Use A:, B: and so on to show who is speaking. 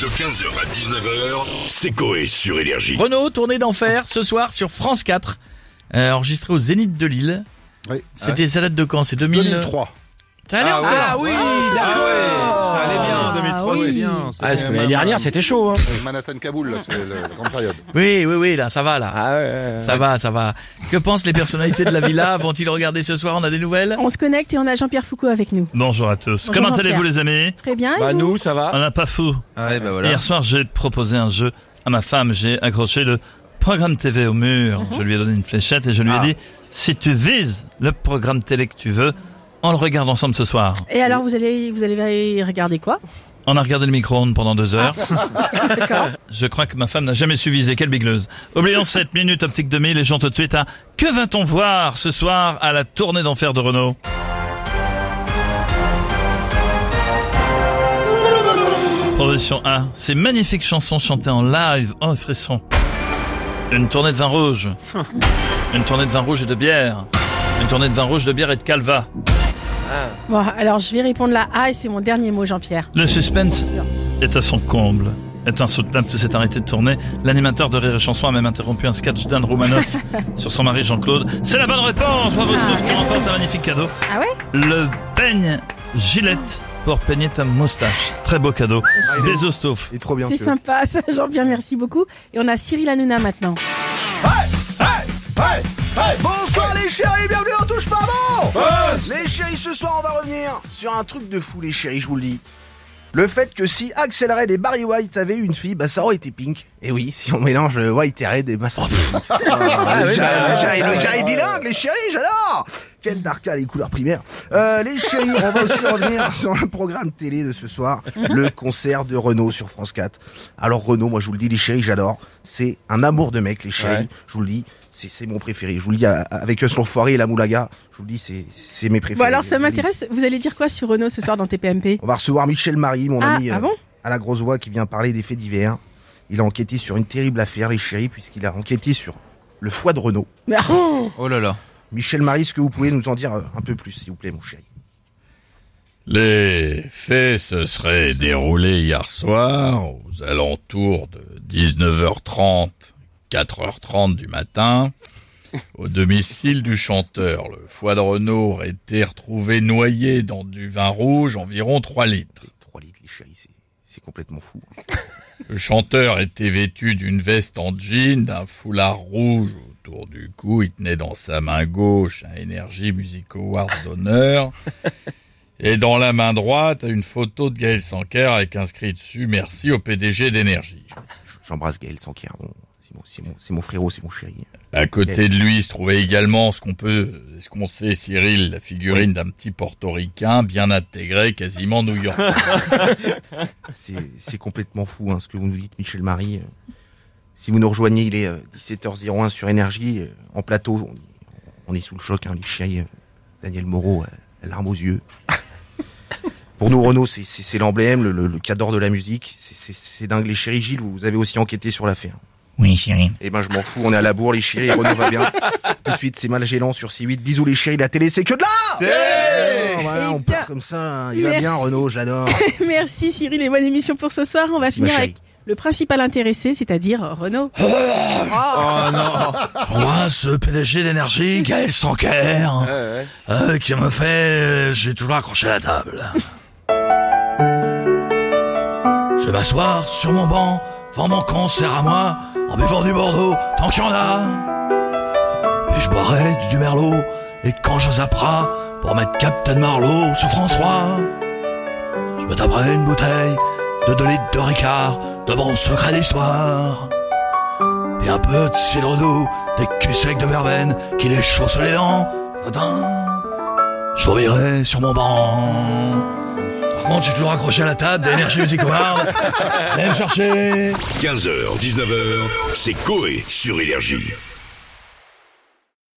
A: De 15h à 19h, c'est Coé sur Énergie.
B: Renault, tournée d'enfer, ce soir sur France 4, euh, enregistré au Zénith de Lille.
C: Oui.
D: Ah
B: C'était, ça date de quand C'est 2000...
C: 2003.
B: Ça allait encore
D: oui,
E: Ça
F: Ah
E: allait bien en 2003, Ah, c'est bien.
D: Ah, parce que l'année dernière, c'était chaud. Hein.
C: Euh, Manhattan-Kaboul, là, c'est le- la grande période.
B: Oui, oui, oui, là, ça va, là.
D: Ah ouais.
B: Ça va, ça va. Que pensent les personnalités de la villa Vont-ils regarder ce soir On a des nouvelles
F: On se connecte et on a Jean-Pierre Foucault avec nous.
G: Bonjour à tous.
F: Bonjour
G: Comment allez-vous
F: Jean-Pierre.
G: les amis
F: Très bien. et
D: Bah
F: vous
D: nous, ça
G: On
D: va.
G: n'a pas fou.
E: Ouais, bah voilà.
G: Hier soir, j'ai proposé un jeu à ma femme. J'ai accroché le programme TV au mur. Je lui ai donné une fléchette et je lui ai
E: Ah.
G: dit si tu vises le programme télé que tu veux, on le regarde ensemble ce soir.
F: Et alors, vous allez, vous allez regarder quoi
G: On a regardé le micro-ondes pendant deux heures.
F: D'accord.
G: Je crois que ma femme n'a jamais su viser. Quelle bigleuse. Oublions cette minute optique 2000 et chante tout de suite à Que va-t-on voir ce soir à la tournée d'enfer de Renault Proposition A. Ces magnifiques chansons chantées en live. Oh, frisson. Une tournée de vin rouge. Une tournée de vin rouge et de bière. Une tournée de vin rouge, de bière et de calva.
F: Bon, alors je vais répondre la A et c'est mon dernier mot, Jean-Pierre.
G: Le suspense est à son comble. Est insoutenable, tout s'est arrêté de tourner. L'animateur de Rire et Chanson a même interrompu un sketch d'Anne Roumanoff sur son mari Jean-Claude. C'est la bonne réponse Bravo
F: Ah,
G: Stouff, tu
F: merci.
G: remportes un magnifique cadeau.
F: Ah ouais
G: Le peigne Gillette pour peigner ta moustache. Très beau cadeau. Des Stouff.
E: Il est trop bien,
F: C'est
E: celui-là.
F: sympa, ça, Jean-Pierre, merci beaucoup. Et on a Cyril Hanouna maintenant.
E: Hey, hey, bonsoir les chéris, bienvenue en touche pas bon Les chéris, ce soir on va revenir sur un truc de fou les chéris, je vous le dis. Le fait que si Axel Red et Barry White avaient eu une fille, bah ça aurait été Pink. Et oui, si on mélange euh, White et Red, et bah ça... Ah, le jar- le jar- le jar est bilingue les chéris, j'adore Quel darka les couleurs primaires Euh, Les chéris, on va aussi revenir sur le programme télé de ce soir, le concert de Renault sur France 4. Alors Renault, moi je vous le dis les chéris, j'adore. C'est un amour de mec les chéris, je vous le dis. C'est c'est mon préféré. Je vous le dis, à- avec son foiré et la moulaga, je vous le dis, c'est- c'est mes préférés.
F: Bon, alors ça
E: Je vous le dis.
F: m'intéresse, vous allez dire quoi sur Renault ce soir dans TPMP
E: On va recevoir Michel Marie, mon
F: Ah,
E: ami euh,
F: ah bon
E: à la grosse voix, qui vient parler des faits divers. Il a enquêté sur une terrible affaire, les chéris, puisqu'il a enquêté sur le foie de Renault.
F: Mais-
E: Oh là là. Michel Marie, est-ce que vous pouvez nous en dire euh, un peu plus, s'il vous plaît, mon chéri
H: Les faits se seraient déroulés hier soir aux alentours de 19h30, 4h30 du matin. Au domicile du chanteur, le foie de Renault aurait été retrouvé noyé dans du vin rouge, environ 3 litres.
E: 3 litres, les chéris, c'est- c'est complètement fou.
H: Le chanteur était vêtu d'une veste en jean, d'un foulard rouge autour du cou. Il tenait dans sa main gauche un Energy Music Award d'honneur. Et dans la main droite, une photo de Gaël Sanquer avec inscrit dessus Merci au PDG d'Énergie.
E: J'embrasse Gaël Sanquier, hein, bon, c'est mon, c'est mon, c'est mon frérot, c'est mon chéri. hein.
H: À côté de lui se trouvait également ce qu'on peut, ce qu'on sait, Cyril, la figurine d'un petit portoricain bien intégré, quasiment new-yorkais.
E: C'est c'est complètement fou hein, ce que vous nous dites, Michel Marie. Euh, Si vous nous rejoignez, il est euh, 17h01 sur Énergie, euh, en plateau. On, on est sous le choc, hein, les chéris. Euh, Daniel Moreau, euh, larmes aux yeux. Pour nous, Renault, c'est- c'est c'est l'emblème, le, le, le cadre de la musique. C'est- C'est c'est dingue, les chéris. Gilles, vous, vous avez aussi enquêté sur l'affaire.
B: Oui, chérie.
E: Eh ben, je m'en fous, on est à la bourre, les chéris. Renault va bien. Tout de suite, c'est mal gélant sur C8. Bisous, les chéris, la télé, c'est que de là Oh, voilà,
F: Eh
E: On
F: bien,
E: part comme ça. hein. Il va
F: merci.
E: bien, Renault, j'adore.
F: Merci Cyril et bonne émission pour ce soir. On va
E: Merci,
F: finir
E: ma
F: avec le principal intéressé, c'est-à-dire Renault.
B: Moi, ce PDG d'énergie, Gaël Sanquer, euh, qui me fait... euh, J'ai toujours accroché la table. Je vais m'asseoir sur mon banc, devant mon concert à moi, en buvant du Bordeaux, tant qu'il y en a. Et je boirai du, du Merlot, et quand je zappera, pour mettre Captain Marlowe sur François. Je me taperai une bouteille de 2 litres de Ricard devant Secret d'Histoire. Puis un peu de cidre d'eau, des culs secs de verveine qui les chaussent les dents. Tatin. Je vomirai sur mon banc. Par contre, j'ai toujours accroché à la table d'énergie Music Award. Allez me chercher.
A: 15h, 19h, c'est Coé sur Énergie.